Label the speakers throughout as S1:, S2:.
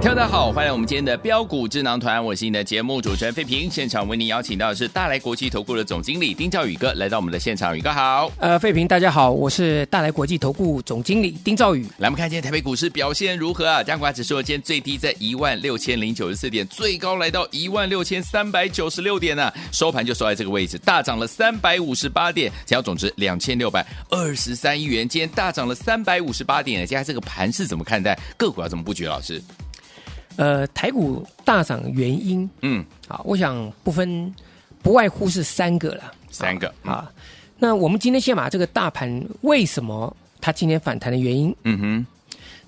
S1: 听众大家好，欢迎来我们今天的标股智囊团，我是你的节目主持人费平。现场为您邀请到的是大来国际投顾的总经理丁兆宇哥来到我们的现场，宇哥好。
S2: 呃，费平，大家好，我是大来国际投顾总经理丁兆宇。
S1: 来，我们看今天台北股市表现如何啊？加权指数今天最低在一万六千零九十四点，最高来到一万六千三百九十六点呢、收盘就收在这个位置，大涨了三百五十八点，成交总值两千六百二十三亿元，今天大涨了三百五十八点。接下来这个盘是怎么看待？个股要怎么布局？啊老师，
S2: 呃，台股大涨原因
S1: 嗯，
S2: 啊，我想不分不外乎是三个了
S1: 三个，嗯
S2: 啊。那我们今天先把这个大盘为什么它今天反弹的原因，
S1: 嗯哼，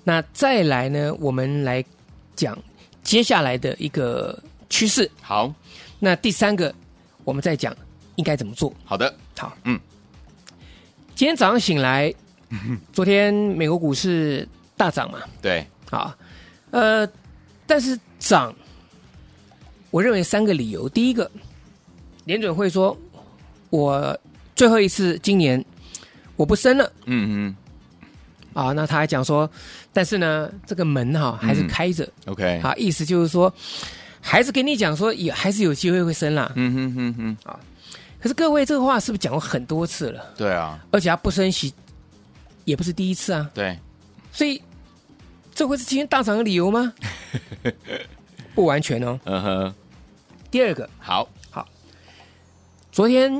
S2: 那再来呢，我们来讲接下来的一个趋势。
S1: 好
S2: 那第三个，我们再讲应该怎么做。
S1: 好的，
S2: 好，
S1: 嗯，
S2: 今天早上醒来，昨天美国股市大涨嘛，
S1: 对，
S2: 啊，呃，但是涨，我认为三个理由。第一个，联准会说，我最后一次今年我不升了
S1: 嗯
S2: 啊。那他还讲说，但是呢，这个门哈、还是开着、
S1: 哼，OK，
S2: 啊，意思就是说，还是跟你讲说，也还是有机会会升啦。
S1: 嗯哼哼哼，
S2: 可是各位，这个话是不是讲过很多次了？
S1: 对啊，
S2: 而且他不升息也不是第一次啊，
S1: 对，
S2: 所以这会是今天大涨的理由吗？不完全哦。
S1: 嗯哼，
S2: 第二个，
S1: 好，
S2: 昨天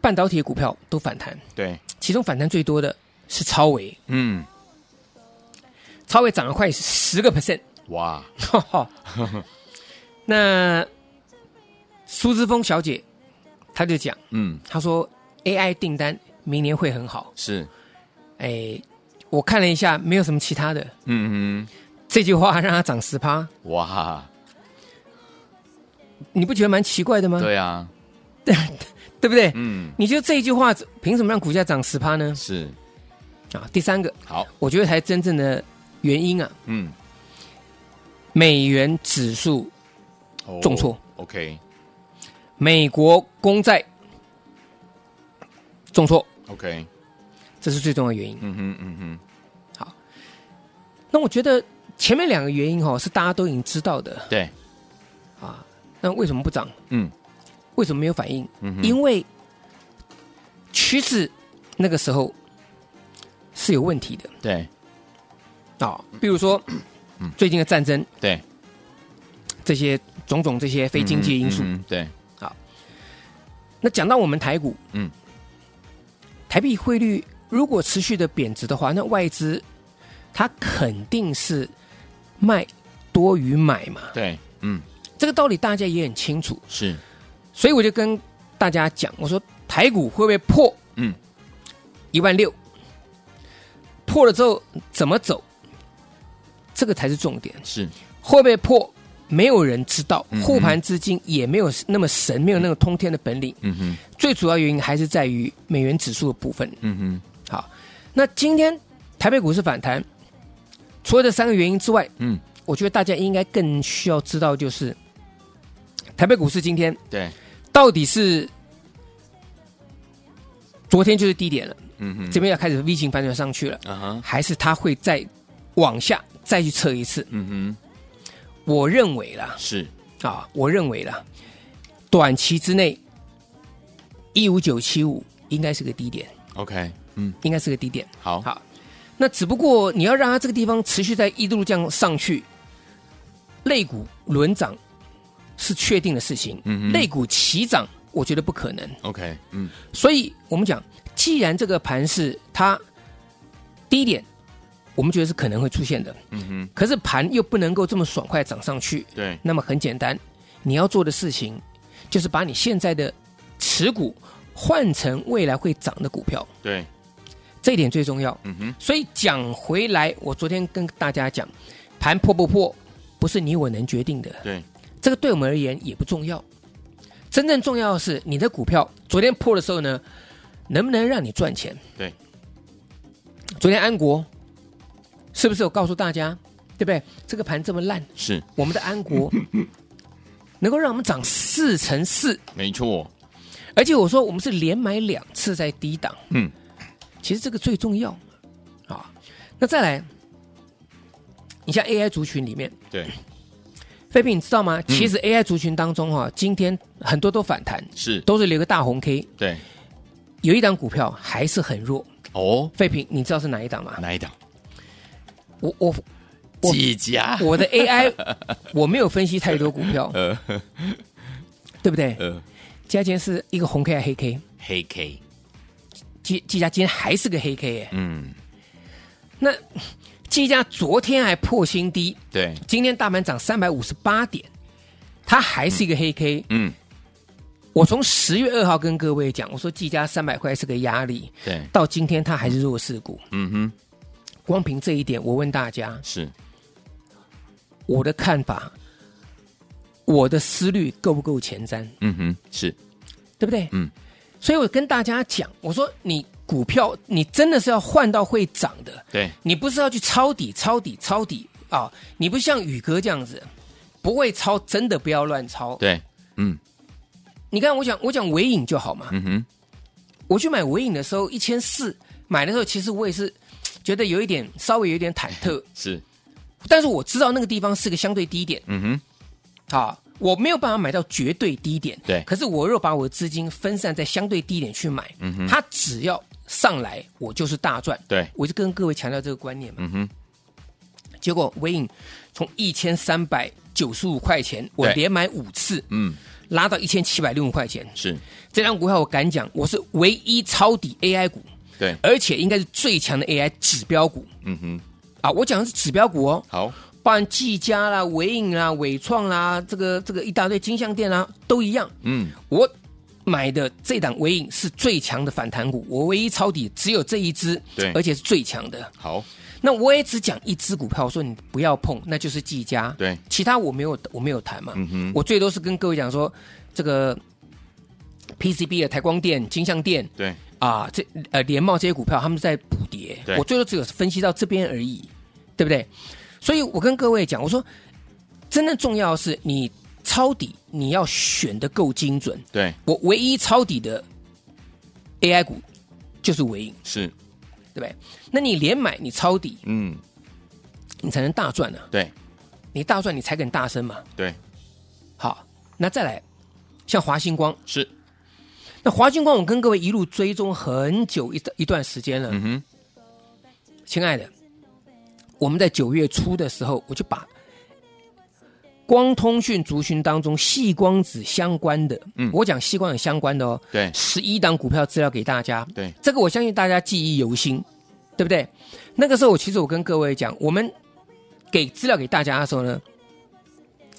S2: 半导体股票都反弹，
S1: 对，
S2: 其中反弹最多的是超维，
S1: 嗯，
S2: 超维涨了快十个 percent。
S1: 哇，
S2: 那苏之峰小姐她就讲，
S1: 嗯，
S2: 她说 AI 订单明年会很好。
S1: 是，
S2: 哎，我看了一下，没有什么其他的。
S1: 嗯
S2: 这句话让它涨十趴，
S1: 哼，哇，
S2: 你不觉得蛮奇怪的吗？
S1: 对啊，
S2: 对不对？
S1: 嗯，
S2: 你就这一句话，凭什么让股价涨十趴呢？
S1: 是，
S2: 啊，第三个，
S1: 好，
S2: 我觉得才真正的原因啊，
S1: 嗯，
S2: 美元指数
S1: 哦
S2: 重挫
S1: ，OK，
S2: 美国公债重挫，
S1: OK，
S2: 这是最重要的原因。
S1: 嗯哼，嗯哼，
S2: 那我觉得前面两个原因哈、哦、是大家都已经知道的，
S1: 对，
S2: 那为什么不涨？
S1: 嗯，
S2: 为什么没有反应？
S1: 嗯哼，
S2: 因为趋势那个时候是有问题的
S1: 对，
S2: 啊、比如说
S1: 嗯
S2: 最近的战争
S1: 对，
S2: 这些种种这些非经济因
S1: 嗯
S2: 素。
S1: 哼，嗯哼对，
S2: 那讲到我们台股，
S1: 嗯，
S2: 台币汇率如果持续的贬值的话，那外资它肯定是卖多于买嘛，
S1: 对，嗯，
S2: 这个道理大家也很清楚。
S1: 是，
S2: 所以我就跟大家讲，我说台股会不会破？
S1: 嗯，
S2: 一万六，破了之后怎么走？这个才是重点。
S1: 是，
S2: 会不会破？没有人知道
S1: 嗯，
S2: 护盘资金也没有那么神，没有那个通天的本领。
S1: 嗯哼，
S2: 最主要原因还是在于美元指数的部分。
S1: 嗯哼，
S2: 好，那今天台北股市反弹，除了这三个原因之外，
S1: 嗯，
S2: 我觉得大家应该更需要知道，就是台北股市今天
S1: 对，
S2: 到底是昨天就是低点了，
S1: 嗯哼，
S2: 这，边要开始 V 型反转上去了，
S1: 嗯哼，
S2: 还是它会再往下再去测一次？
S1: 嗯
S2: 我认为啦
S1: 哼，，是，
S2: 啊，我认为啦，短期之内一五九七五应该是个低点，
S1: OK，嗯，
S2: 应该是个低点。
S1: 好，
S2: 好，那只不过你要让它这个地方持续在一路这样上去，肋骨轮涨是确定的事情，
S1: 嗯哼
S2: 肋骨齐涨我觉得不可能。
S1: ，OK，嗯，
S2: 所以我们讲，既然这个盘是它低点我们觉得是可能会出现的。
S1: 嗯哼，
S2: 可是盘又不能够这么爽快涨上去，
S1: 对，
S2: 那么很简单，你要做的事情就是把你现在的持股换成未来会涨的股票，
S1: 对，
S2: 这一点最重要。
S1: 嗯哼，
S2: 所以讲回来，我昨天跟大家讲，盘破不破不是你我能决定的，
S1: 对，
S2: 这个对我们而言也不重要。真正重要的是你的股票昨天破的时候呢，能不能让你赚钱？
S1: 对，
S2: 昨天安国是不是有告诉大家，对不对？这个盘这么烂，
S1: 是
S2: 我们的安国能够让我们涨四成四，
S1: 没错，
S2: 而且我说我们是连买两次在低档，
S1: 嗯，
S2: 其实这个最重要啊。那再来，你像 AI 族群里面，
S1: 对，
S2: 菲比你知道吗？
S1: 嗯
S2: 其实 AI 族群当中哈、今天很多都反弹，
S1: 是，
S2: 都是留个大红 K，
S1: 对，
S2: 有一档股票还是很弱。
S1: 哦，
S2: 废品，你知道是哪一档吗？
S1: 哪一档？
S2: 我我我
S1: 几家？
S2: 我的 AI 我没有分析太多股票，
S1: 呃
S2: 对不对？
S1: 呃，
S2: 加今天是一个红 K 还是黑 K？
S1: 黑 K，
S2: 技技嘉今天还是个黑 K 耶。
S1: 嗯，
S2: 那技嘉昨天还破新低，
S1: 对，
S2: 今天大盘涨三百五十八点，它还是一个黑 K。
S1: 嗯，
S2: 我从十月二号跟各位讲，我说技嘉三百块是个压力，
S1: 对，
S2: 到今天它还是弱势股。
S1: 嗯哼，
S2: 光凭这一点，我问大家，
S1: 是
S2: 我的看法，我的思虑够不够前瞻，
S1: 嗯哼，是，
S2: 对不对？
S1: 嗯，
S2: 所以我跟大家讲，我说你股票你真的是要换到会涨的，
S1: 对，
S2: 你不是要去抄底、抄底、抄底啊！你不像宇哥这样子，不会抄，真的不要乱抄。
S1: 对，嗯，
S2: 你看，我讲我讲尾影就好嘛，
S1: 嗯哼，
S2: 我去买尾影的时候一千四，买的时候其实我也是觉得有一点稍微有一点忐忑，
S1: 是，
S2: 但是我知道那个地方是个相对低点。
S1: 嗯哼，
S2: 啊，我没有办法买到绝对低点，
S1: 对
S2: 可是我若把我的资金分散在相对低点去买，
S1: 嗯哼
S2: 它只要上来，我就是大赚。
S1: 对，
S2: 我就跟各位强调这个观念嘛。
S1: 嗯哼，
S2: 结果微影从一千三百九十五块钱，我
S1: 对
S2: 连买五次，
S1: 嗯，
S2: 拉到一千七百六十块钱。
S1: 是，
S2: 这张股票我敢讲，我是唯一抄底 AI 股，
S1: 对，
S2: 而且应该是最强的 AI 指标股
S1: 嗯哼，
S2: 啊！我讲的是指标股哦，
S1: 好，
S2: 包含技嘉啦、伟影啦、伟创啦，这个这个一大堆金项店啦，都一样。
S1: 嗯，
S2: 我买的这档尾影是最强的反弹股，我唯一抄底只有这一只，
S1: 对
S2: 而且是最强的。
S1: 好，
S2: 那我也只讲一只股票，我说你不要碰，那就是技嘉，
S1: 对
S2: 其他我没有我没有谈嘛，
S1: 嗯哼
S2: 我最多是跟各位讲说这个 PCB 的台光电、金像电
S1: 对，
S2: 啊，这呃联茂这些股票他们在补跌
S1: 对，
S2: 我最多只有分析到这边而已，对不对？所以我跟各位讲，我说真正重要的是你抄底，你要选的够精准。
S1: 对，
S2: 我唯一抄底的 AI 股就是尾影，
S1: 是，
S2: 对不对？那你连买你抄底，
S1: 嗯，
S2: 你才能大赚啊！
S1: 对，
S2: 你大赚你才肯大声嘛。
S1: 对，
S2: 好，那再来像华星光，
S1: 是，
S2: 那华星光我跟各位一路追踪很久一一段时间了，
S1: 嗯哼，
S2: 亲爱的，我们在九月初的时候，我就把光通讯族群当中细光子相关的，
S1: 嗯
S2: 我讲细光子相关的哦，
S1: 对，
S2: 十一档股票资料给大家，
S1: 对，
S2: 这个我相信大家记忆犹新，对不对？那个时候我其实我跟各位讲，我们给资料给大家的时候呢，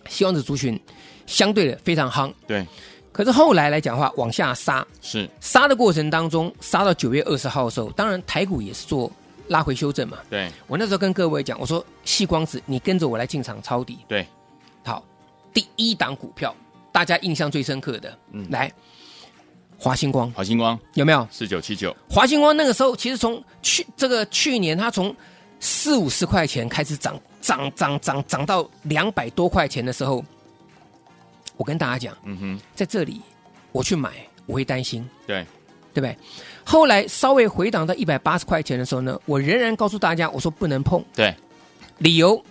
S2: 希望子族群相对的非常夯，
S1: 对，
S2: 可是后来来讲的话，往下杀，
S1: 是，
S2: 杀的过程当中，杀到九月二十号的时候，当然台股也是做拉回修正嘛。
S1: 对，
S2: 我那时候跟各位讲，我说细光子，你跟着我来进场抄底。
S1: 对，
S2: 好，第一档股票大家印象最深刻的，
S1: 嗯
S2: 来华星光
S1: 好星光
S2: 有没有？
S1: 四九七九，
S2: 华星光那个时候其实从去这个去年，它从四五十块钱开始涨，涨涨涨涨到两百多块钱的时候，我跟大家讲，
S1: 嗯哼，
S2: 在这里我去买，我会担心，
S1: 对，
S2: 对不对？后来稍微回档到一百八十块钱的时候呢，我仍然告诉大家，我说不能碰，
S1: 对，
S2: 理由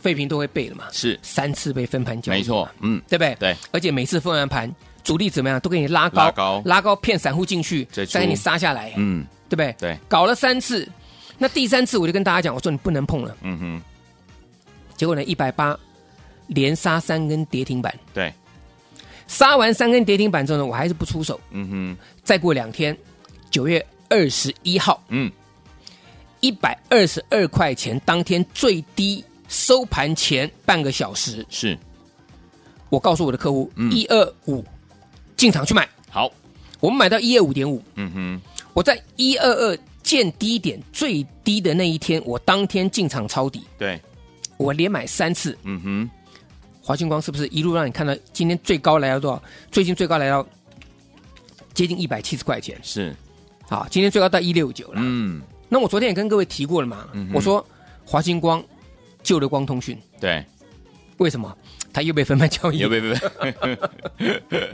S2: 废品都会背了嘛，
S1: 是，
S2: 三次被分盘交易，
S1: 没错，，嗯，
S2: 对不对？
S1: 对，
S2: 而且每次分完盘，主力怎么样都给你拉高，
S1: 拉高
S2: 拉高骗散户进去，
S1: 再
S2: 再
S1: 出
S2: 给你杀下来，
S1: 嗯，
S2: 对不对？
S1: 对，
S2: 搞了三次，那第三次我就跟大家讲，我说你不能碰了。
S1: 嗯哼，
S2: 结果呢，一百八连杀三根跌停板，
S1: 对，
S2: 杀完三根跌停板之后呢，我还是不出手。
S1: 嗯哼，
S2: 再过两天，九月二十一号，
S1: 嗯，
S2: 一百二十二块钱，当天最低收盘前半个小时，
S1: 是
S2: 我告诉我的客户
S1: 嗯
S2: 一二五进场去买，
S1: 好，
S2: 我们买到一二五点五，
S1: 嗯哼，
S2: 我在一二二见低点最低的那一天，我当天进场抄底，
S1: 对，
S2: 我连买三次，
S1: 嗯哼，
S2: 华星光是不是一路让你看到今天最高来到多少？最近最高来到接近一百七十块钱
S1: 是，
S2: 啊！今天最高到一六九了。
S1: 嗯，
S2: 那我昨天也跟各位提过了嘛，
S1: 嗯哼
S2: 我说华星光救了光通讯，
S1: 对，
S2: 为什么？它又被分派交易
S1: 也。别别别，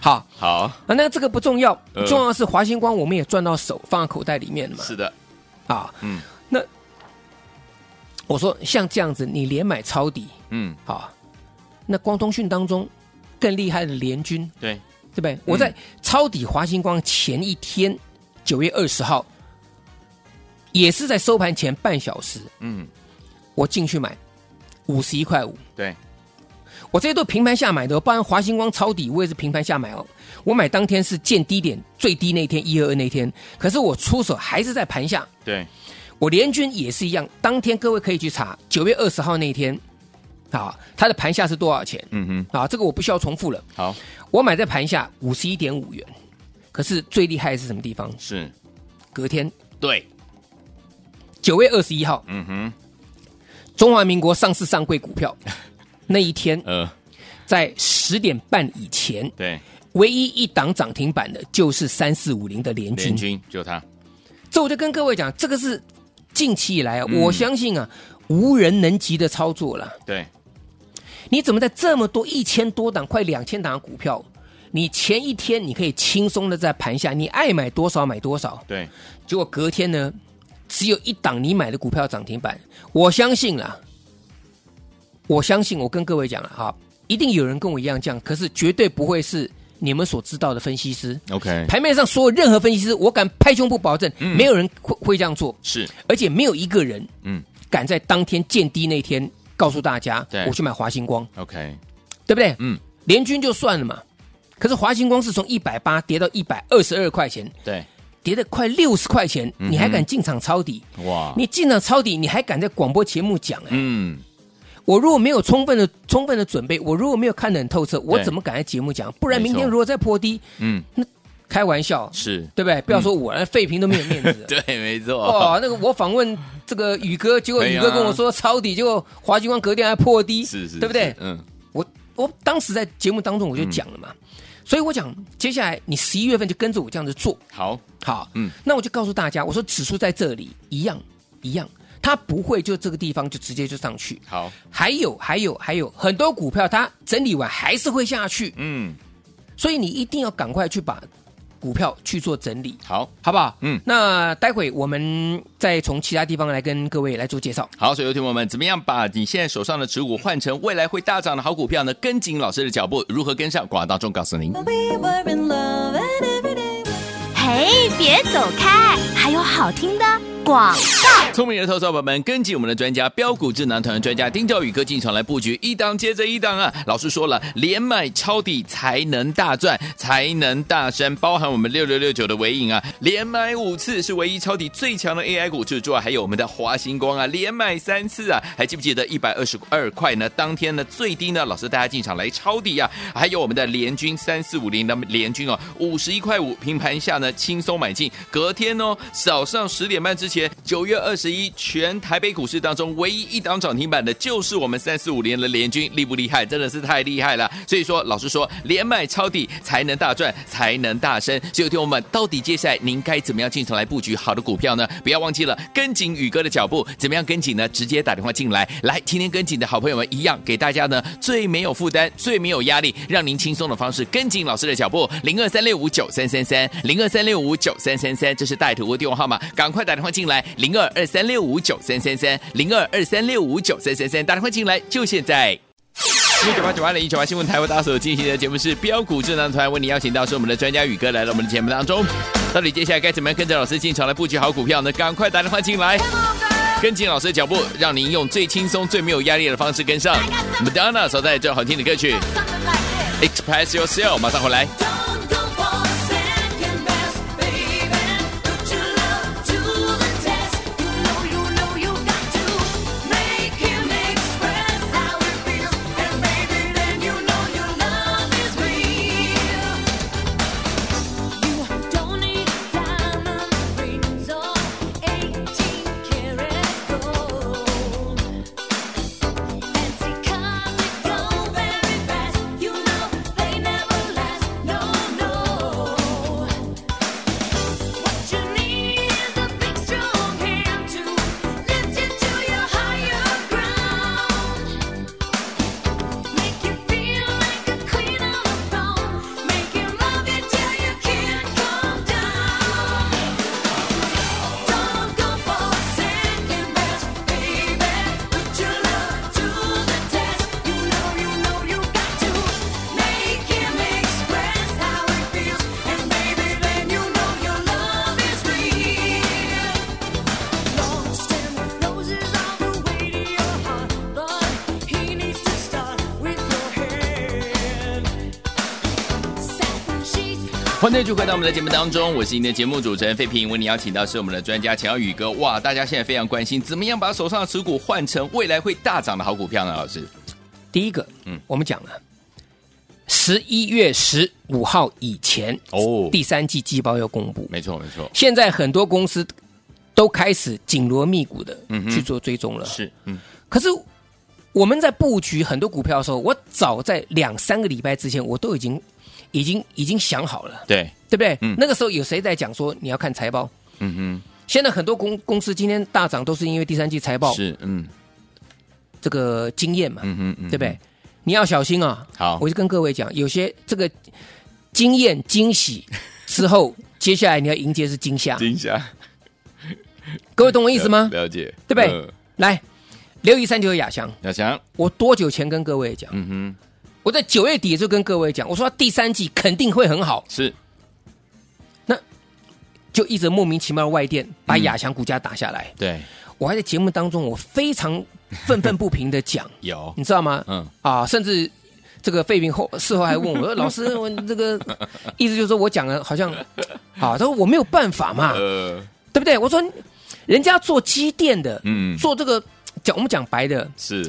S2: 好，
S1: 嗯好，
S2: 啊，那这个不重要
S1: 呃，
S2: 重要的是华星光我们也赚到手，放在口袋里面了嘛。
S1: 是的，
S2: 啊，
S1: 嗯
S2: 我说像这样子，你连买抄底
S1: 嗯，
S2: 啊，那光通讯当中更厉害的联军
S1: 对，
S2: 对不对？我在抄底华星光前一天，九月二十号，也是在收盘前半小时，
S1: 嗯，
S2: 我进去买五十一块五。
S1: 对，
S2: 我这些都平盘下买的哦，包含华星光抄底，我也是平盘下买哦。我买当天是见低点最低那天一二二那天，可是我出手还是在盘下。
S1: 对，
S2: 我联军也是一样，当天各位可以去查九月二十号那一天，啊，它的盘下是多少钱？
S1: 嗯哼，
S2: 啊，这个我不需要重复了。
S1: 好，
S2: 我买在盘下五十一点五元，可是最厉害的是什么地方？
S1: 是，
S2: 隔天
S1: 对，
S2: 九月二十一号，
S1: 嗯哼，
S2: 中华民国上市上柜股 票那一天，
S1: 呃，
S2: 在十点半以前，
S1: 对，
S2: 唯一一档涨停板的就是三四五零的联
S1: 联
S2: 军。
S1: 军就他，
S2: 这我就跟各位讲，这个是近期以来啊，
S1: 嗯
S2: 我相信啊，无人能及的操作了。
S1: 对，
S2: 你怎么在这么多一千多档、快两千档的股票，你前一天你可以轻松的在盘下，你爱买多少买多少，
S1: 对，
S2: 结果隔天呢，只有一档你买的股票涨停板，我相信啦，我相信我跟各位讲了啊哈，一定有人跟我一样这样，可是绝对不会是你们所知道的分析师。
S1: OK，
S2: 盘面上所有任何分析师，我敢拍胸脯保证，
S1: 嗯
S2: 没有人会会这样做，
S1: 是，
S2: 而且没有一个人
S1: 嗯
S2: 敢在当天见低那天告诉大家
S1: 对，
S2: 我去买华星光，
S1: ，OK，
S2: 对不对？
S1: 嗯，
S2: 联军就算了嘛，可是华星光是从一百八跌到一百二十二块钱，
S1: 对，
S2: 跌了快六十块钱，
S1: 嗯哼
S2: 你还敢进场抄底？
S1: 哇，
S2: 你进场抄底，你还敢在广播节目讲、哎
S1: 嗯，
S2: 我如果没有充分的充分的准备，我如果没有看得很透彻，我怎么敢在节目讲？不然
S1: 没错
S2: 明天如果再破低，
S1: 嗯，
S2: 开玩笑，
S1: 是，。
S2: 对不对？不要说我，那废评都没有面子
S1: 嗯 对，没错，
S2: 哦，那个我访问这个宇哥，结果
S1: 对
S2: 宇
S1: 呀
S2: 哥跟我说抄底，结果华金光隔天还破低，
S1: 啊是是，
S2: 对不对
S1: 是？嗯，
S2: 我我当时在节目当中我就讲了嘛，所以我讲接下来你十一月份就跟着我这样子做，
S1: 好，
S2: 好，
S1: 嗯
S2: 嗯，那我就告诉大家，我说指数在这里一样一样，它不会就这个地方就直接就上去。
S1: 好，
S2: 还有还有还有很多股票，它整理完还是会下去，
S1: 嗯，
S2: 所以你一定要赶快去把股票去做整理，
S1: 好。
S2: 好不好？
S1: 嗯
S2: 嗯，那待会我们再从其他地方来跟各位来做介绍。
S1: 好，所以有听友们，怎么样把你现在手上的持股换成未来会大涨的好股票呢？跟紧老师的脚步，如何跟上？广告当中告诉您。
S3: We were in love and every day.
S4: 嘿，别走开，还有好听的广。
S1: 聪明的投资者朋友们，跟紧我们的专家标股智囊团的专家丁兆宇哥进场来布局，一档接着一档啊！老师说了，连买抄底才能大赚，才能大升，包含我们六六六九的尾影啊，连买五次是唯一抄底最强的 AI 股之外，还有我们的华星光啊，连买三次啊，还记不记得一百二十二块呢？当天呢最低呢，老师带大家进场来抄底啊，还有我们的联军三四五零的联军哦，五十一块五平盘下呢轻松买进，隔天哦早上十点半之前，九月二十一全台北股市当中唯一一档涨停板的就是我们三四五零的联军，厉不厉害？真的是太厉害了。所以说，老师说连买抄底才能大赚，才能大升。所以，听我们到底接下来您该怎么样进场来布局好的股票呢？不要忘记了跟紧宇哥的脚步，怎么样跟紧呢？直接打电话进来，来，今天跟紧的好朋友们一样，给大家呢最没有负担、最没有压力，让您轻松的方式跟紧老师的脚步，零二三六五九三三三，零二三六五九三三三，这是带图的电话号码，赶快打电话进来，零二二三六五九三三三，零二二三六五九三三三，打电话进来就现在。一九八九八零一九八新闻台为大家所进行的节目是标股智囊团，为您邀请到是我们的专家宇哥来到我们的节目当中。到底接下来该怎么样跟着老师进场来布局好股票呢？赶快打电话进来，跟紧老师的脚步，让您用最轻松、最没有压力的方式跟上。Madonna 所带来这好听的歌曲《Express Yourself》，马上回来。
S3: Don't go for second best, baby. Put your love to the test. You
S1: 欢迎就回到我们的节目当中，我是您的节目主持人费平，为您邀请到是我们的专家钱耀宇哥。哇，大家现在非常关心，怎么样把手上的持股换成未来会大涨的好股票呢？老师，
S2: 第一个，
S1: 嗯
S2: 嗯，我们讲了，十一月十五号以前，
S1: 哦
S2: 第三季季报要公布。
S1: 没错没错，
S2: 现在很多公司都开始紧锣密鼓的
S1: 嗯哼
S2: 去做追踪了。
S1: 是嗯
S2: 可是我们在布局很多股票的时候，我早在两三个礼拜之前，我都已经、已经、已经想好了，
S1: 对，
S2: 对不对？
S1: 嗯
S2: 那个时候有谁在讲说你要看财报？
S1: 嗯
S2: 现在很多公公司今天大涨，都是因为第三季财报
S1: 哼是嗯
S2: 这个经验嘛，
S1: 嗯哼嗯哼
S2: 对不对？你要小心啊！
S1: 好
S2: 我就跟各位讲，有些这个经验惊喜之后，接下来你要迎接是惊吓。
S1: 惊吓
S2: 各位懂我意思吗？
S1: 了解呃
S2: 对不对？来，六一三九的亚翔，
S1: 小强，
S2: 我多久前跟各位讲？
S1: 嗯哼
S2: 我在九月底就跟各位讲，我说啊第三季肯定会很好，
S1: 是
S2: 就一直莫名其妙的外电把亚翔股价打下来。
S1: 对
S2: 我还在节目当中，我非常愤愤不平的 讲，
S1: 有
S2: 你知道吗？
S1: 嗯
S2: 啊，甚至这个费平后事后还问我说：“老师，我 这个意思就是说我讲的好像啊，他说我没有办法嘛，
S1: 呃
S2: 对不对？”我说：“人家做机电的，
S1: 嗯
S2: 做这个讲我们讲白的，
S1: 是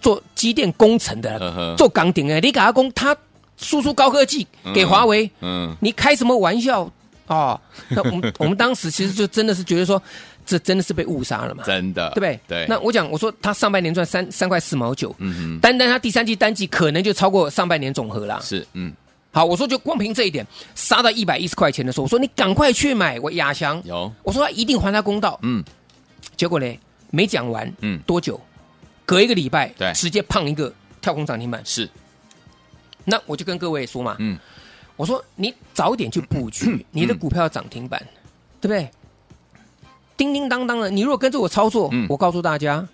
S2: 做机电工程的，
S1: 嗯哼
S2: 做港顶的，你给他工，他输出高科技给华为，
S1: 嗯
S2: 你开什么玩笑哦？那 我们我们当时其实就真的是觉得说，这真的是被误杀了嘛，对
S1: 真的
S2: 不对？
S1: 对
S2: 那我讲，我说他上半年赚三三块四毛九，
S1: 嗯
S2: 单单他第三季单季可能就超过上半年总和啦
S1: 哼。是嗯
S2: 好，我说就光凭这一点，杀到一百一十块钱的时候，我说你赶快去买我亚翔，
S1: 有
S2: 我说他一定还他公道。
S1: 嗯
S2: 结果嘞，没讲完，
S1: 嗯
S2: 多久？隔一个礼拜，
S1: 对
S2: 直接胖一个跳空涨停板。
S1: 是
S2: 那我就跟各位说嘛，
S1: 嗯
S2: 我说你早点去布局，你的股票涨停板，对不对？叮叮当当的，你如果跟着我操作，
S1: 嗯
S2: 我告诉大家，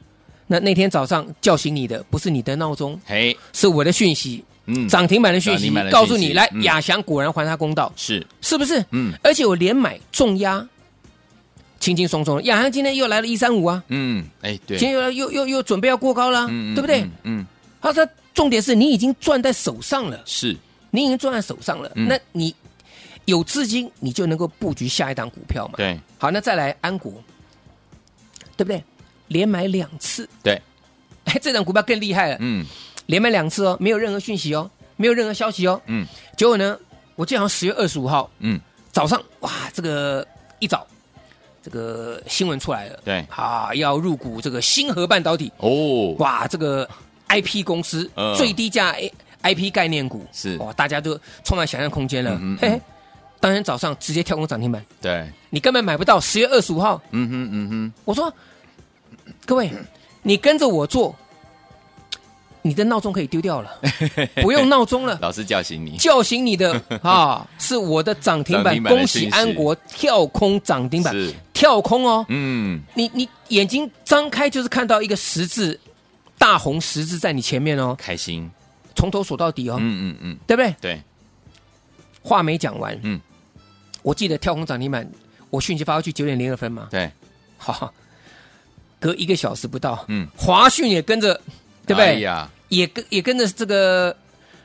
S2: 那那天早上叫醒你的不是你的闹钟，
S1: 嘿
S2: 是我的讯息，
S1: 嗯
S2: 涨停板的讯
S1: 涨
S2: 息
S1: 停，板的讯息
S2: 告诉你，来
S1: 嗯
S2: 亚翔果然还他公道，
S1: 是
S2: 是不是？
S1: 嗯
S2: 而且我连买重压，轻轻松松的。亚翔今天又来了一三五啊，
S1: 嗯哎对
S2: 今天又来又又又准备要过高啦，
S1: 嗯嗯
S2: 对不对
S1: 嗯？嗯
S2: 他说重点是你已经赚在手上了。
S1: 是
S2: 你已经赚在手上了，
S1: 嗯
S2: 那你有资金，你就能够布局下一档股票嘛？。
S1: 对
S2: 好，那再来安国，对不对？连买两次，
S1: 对
S2: 哎，这档股票更厉害了，
S1: 嗯
S2: 连买两次哦，没有任何讯息哦，没有任何消息哦。
S1: 嗯
S2: 结果呢，我记得好像十月二十五号
S1: 嗯
S2: 早上，哇，这个一早，这个新闻出来了，
S1: 对
S2: 啊，要入股这个星河半导体，
S1: 哦
S2: 哇，这个 IP 公司、
S1: 嗯
S2: 最低价 A IP 概念股
S1: 是
S2: 哇，大家都充满想象空间了。
S1: 嗯哼
S2: 嘿
S1: 嗯
S2: 嘿，当天早上直接跳空涨停板，
S1: 对
S2: 你根本买不到。十月二十五号，
S1: 嗯哼嗯哼
S2: 我说各位，你跟着我做，你的闹钟可以 丢掉了，不用闹钟了。
S1: 老师叫醒你
S2: 叫醒 你的啊，是我的涨停
S1: 涨
S2: 板，
S1: 停板的
S2: 恭喜
S1: 讯息
S2: 安国跳空涨停板
S1: 是，
S2: 跳空哦，
S1: 嗯
S2: 你你眼睛张开就是看到一个十字，大红十字在你前面哦，
S1: 开心
S2: 从头数到底哦，
S1: 嗯嗯嗯
S2: 对不对？
S1: 对
S2: 话没讲完，
S1: 嗯，
S2: 我记得跳空涨停板，我讯息发过去九点零二分嘛，
S1: 对
S2: 好，隔一个小时不到，
S1: 嗯
S2: 华讯也跟着，对不
S1: 哎
S2: 对？
S1: 呀
S2: 也跟也跟着这个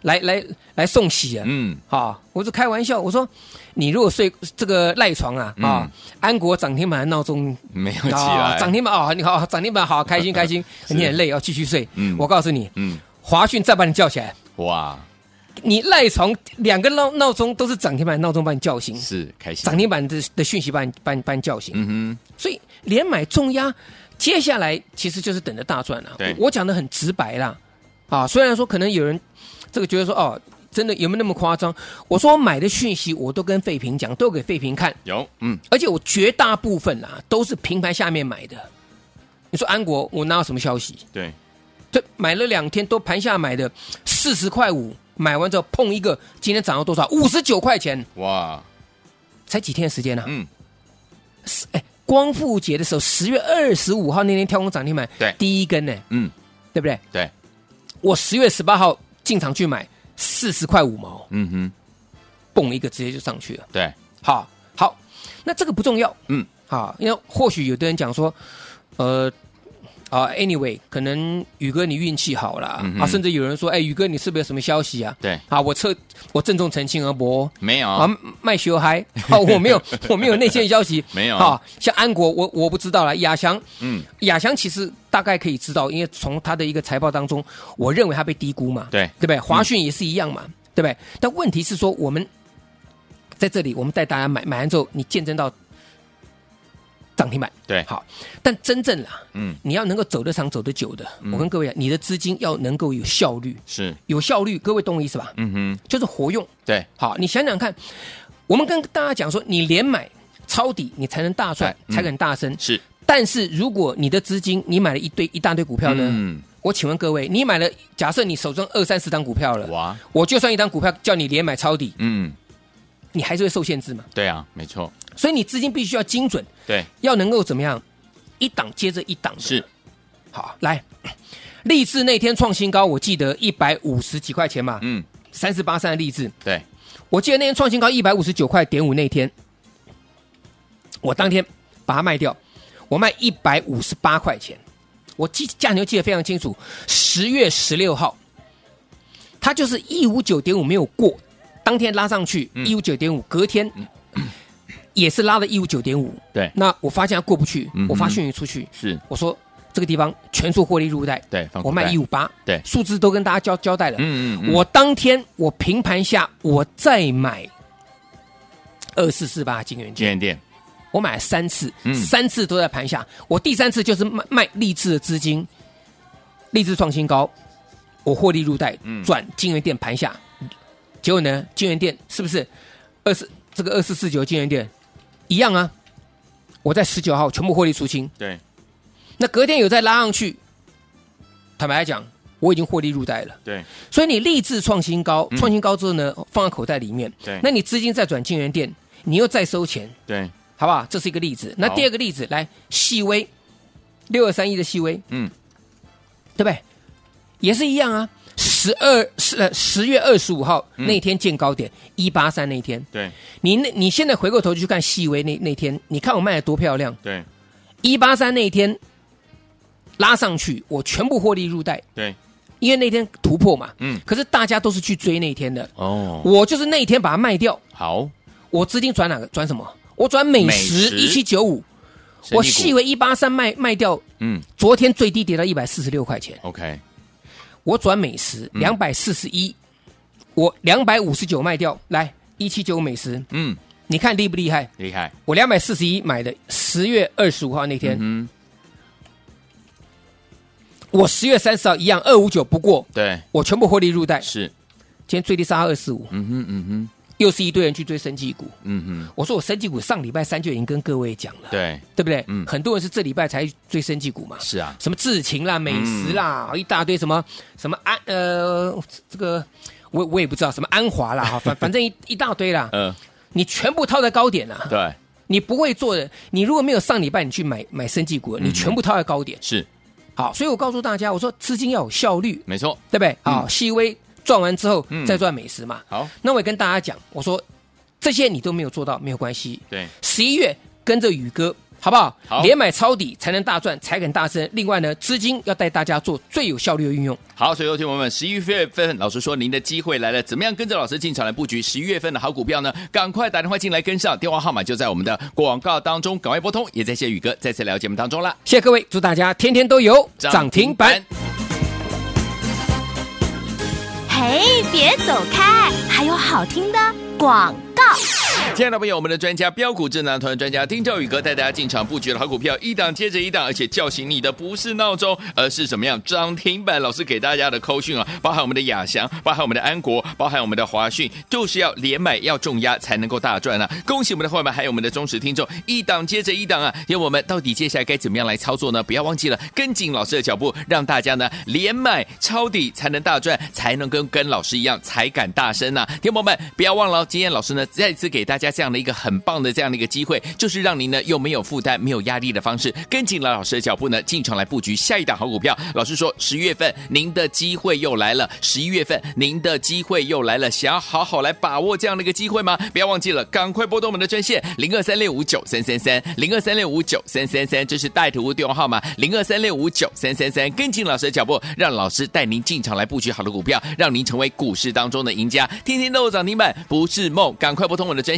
S2: 来来来送喜啊，
S1: 嗯
S2: 啊，我就开玩笑，我说你如果睡这个赖床啊啊，安国涨停板的闹钟
S1: 没有嗯 起来
S2: 涨停板啊，你好涨停板好开 心开心，你很累要继续睡
S1: 嗯，
S2: 我告诉你，
S1: 嗯
S2: 华讯再把你叫起来，
S1: 哇
S2: 你赖床两个闹闹钟都是涨停板闹钟把你叫醒，
S1: 是开心
S2: 涨停板的的讯息把你把你把你叫醒，
S1: 嗯哼
S2: 所以连买重压，接下来其实就是等着大赚了、啊
S1: 对
S2: 我我讲的很直白啦，啊，虽然说可能有人这个觉得说哦，真的有没有那么夸张？我说我买的讯息我都跟费平讲，都给费平看，
S1: 有嗯
S2: 而且我绝大部分啦、都是平盘下面买的。你说安国我哪有什么消息？
S1: 对
S2: 这买了两天都盘下买的，四十块五买完之后碰一个，今天涨到多少？五十九块钱，
S1: 哇
S2: 才几天的时间呢、啊？
S1: 嗯
S2: 哎，光复节的时候，十月二十五号那天跳空涨停板，
S1: 对
S2: 第一根呢、
S1: 嗯
S2: 对不对？
S1: 对
S2: 我十月十八号进场去买，四十块五毛，
S1: 嗯哼
S2: 蹦一个直接就上去了。
S1: 对
S2: 好，好，那这个不重要，
S1: 嗯，
S2: 好，因为或许有的人讲说，呃，啊、a n y w a y 可能宇哥你运气好啦，
S1: 嗯哼
S2: 啊，甚至有人说，哎，宇哥你是不是有什么消息啊？
S1: 对
S2: 啊，我彻我郑重澄清而博。
S1: 没有
S2: 啊，卖修嗨， 啊，我没有，我没有内线消息，
S1: 没有
S2: 啊。像安国，我我不知道了。亚翔，
S1: 嗯，
S2: 亚翔其实大概可以知道，因为从他的一个财报当中，我认为他被低估嘛，
S1: 对嗯
S2: 对不对？华讯也是一样嘛，对不对？但问题是说，我们在这里，我们带大家买买完之后，你见证到涨停板，
S1: 对
S2: 好，但真正啦，
S1: 哎嗯，
S2: 你要能够走得长、走得久的，我跟各位讲，你的资金要能够有效率，
S1: 是，
S2: 有效率，各位懂我意思吧？
S1: 嗯哼，
S2: 就是活用。
S1: 对，
S2: 好，你想想看，我们跟大家讲说，你连买抄底，你才能大赚，
S1: 对嗯
S2: 才敢大升。
S1: 是，
S2: 但是如果你的资金，你买了一堆一大堆股票呢？
S1: 嗯
S2: 我请问各位，你买了，假设你手中二三十档股票了，
S1: 哇，
S2: 我就算一档股票叫你连买抄底，
S1: 嗯，
S2: 你还是会受限制嘛？
S1: 对啊，没错，
S2: 所以你资金必须要精准，
S1: 对，
S2: 要能够怎么样，一档接着一档的
S1: 是，
S2: 好，来，励志那天创新高，我记得一百五十几块钱嘛，
S1: 嗯，
S2: 三十八三的励志，
S1: 对，
S2: 我记得那天创新高一百五十九块点五那天，我当天把它卖掉，我卖一百五十八块钱，我记价牛记得非常清楚，十月十六号，它就是一五九点五没有过，当天拉上去
S1: 嗯
S2: 一五九点五，隔天。也是拉了一五九点五，
S1: 对
S2: 那我发现它过不去，
S1: 嗯哼
S2: 我发讯息出去，
S1: 是，
S2: 我说这个地方全数获利入袋，
S1: 对放口袋
S2: 我卖一五八，
S1: 对
S2: 数字都跟大家交交代了。
S1: 嗯嗯嗯
S2: 我当天我平盘下我再买二四四八金元
S1: 纪
S2: 券，
S1: 念店，
S2: 我买了三次，
S1: 嗯
S2: 三次都在盘下，我第三次就是卖卖励志的资金，励志创新高，我获利入袋
S1: 嗯，
S2: 转金元店盘下，结果呢，金元店是不是二四这个二四四九金元店一样啊？我在十九号全部获利出清，
S1: 对，
S2: 那隔天有再拉上去，坦白来讲，我已经获利入袋了。
S1: 对，
S2: 所以你立志创新高，
S1: 嗯
S2: 创新高之后呢，放在口袋里面。
S1: 对
S2: 那你资金再转金源店，你又再收钱，
S1: 对，
S2: 好不好？这是一个例子。那第二个例子，来细微六二三一的细微，
S1: 嗯，
S2: 对不对？也是一样啊。十二十呃十月二十五号
S1: 嗯
S2: 那天见高点一八三那天，
S1: 对，
S2: 你那你现在回过头去看细微那那天，你看我卖的多漂亮，
S1: 对，
S2: 一八三那一天拉上去，我全部获利入袋，
S1: 对，
S2: 因为那天突破嘛。
S1: 嗯
S2: 可是大家都是去追那一天的，
S1: 哦，
S2: 我就是那一天把它卖掉，
S1: 好，
S2: 我资金转哪个？转什么？我转美食
S1: 美
S2: 一
S1: 食
S2: 七九五，
S1: 神
S2: 我
S1: 秘股
S2: 细，微一八三卖卖掉，
S1: 嗯
S2: 昨天最低跌到一百四十六块钱，
S1: ，OK，
S2: 我转美食
S1: 嗯
S2: 两百四十一，我两百五十九卖掉，来一七九美食，
S1: 嗯，
S2: 你看厉不厉害？
S1: 厉害，
S2: 我两百四十一买的，十月二十五号那天，
S1: 嗯哼，
S2: 我十月三十号一样二五九不过，
S1: 对，
S2: 我全部获利入袋。
S1: 是，
S2: 今天最低杀二四五，
S1: 嗯哼，嗯哼，
S2: 又是一堆人去追生技股。
S1: 嗯哼，
S2: 我说我生技股上礼拜三就已经跟各位讲了，
S1: 对，
S2: 对不对？
S1: 嗯
S2: 很多人是这礼拜才追生技股嘛，
S1: 是啊，
S2: 什么智勤啦、美食啦，一大堆什么什么安呃这个。我我也不知道什么安华啦，哈反反正一一大堆啦，
S1: 呃，
S2: 你全部套在高点啦。
S1: 对，
S2: 你不会做的，你如果没有上礼拜你去买买生技
S1: 嗯
S2: 股，你全部套在高点。
S1: 是，
S2: 好，所以我告诉大家，我说资金要有效率，
S1: 没错，
S2: 对不对？好，
S1: 嗯
S2: 细微赚完之后
S1: 嗯
S2: 再赚美食嘛。
S1: 好，
S2: 那我也跟大家讲，我说这些你都没有做到，没有关系。
S1: 对，
S2: 十一月跟着宇哥，好不好？
S1: 好
S2: 连买抄底才能大赚，才敢大升。另外呢，资金要带大家做最有效率的运用。
S1: 好，所以有听友们，十一月份，老师说您的机会来了，怎么样跟着老师进场来布局十一月份的好股票呢？赶快打电话进来跟上，电话号码就在我们的广告当中，赶快拨通。也在谢宇哥再次来到节目当中啦，
S2: 谢谢各位，祝大家天天都有涨停板。
S4: 嘿，别走开，还有好听的广告。
S1: 亲爱的朋友我们的专家标股智囊团专家丁兆宇哥带大家进场布局的好股票，一档接着一档，而且叫醒你的不是闹钟，而是什么样涨停板？老师给大家的扣讯啊，包含我们的亚翔，包含我们的安国，包含我们的华讯，就是要连买要重压才能够大赚啊！恭喜我们的伙伴们，还有我们的忠实听众，一档接着一档啊！要我们到底接下来该怎么样来操作呢？不要忘记了跟紧老师的脚步，让大家呢连买抄底才能大赚，才能跟跟老师一样才敢大声呐、啊！听众朋友们，不要忘了哦，今天老师呢再次给大家大家这样的一个很棒的这样的一个机会，就是让您呢又没有负担、没有压力的方式，跟紧了老师的脚步呢，进场来布局下一档好股票。老师说，十月份您的机会又来了，十一月份您的机会又来了，想要好好来把握这样的一个机会吗？不要忘记了，赶快拨动我们的专线零二三六五九三三三零二三六五九三三三，这是带图电话号码零二三六五九三三三，跟紧老师的脚步，让老师带您进场来布局好的股票，让您成为股市当中的赢家，天天都有涨停板不是梦。赶快拨通我们的专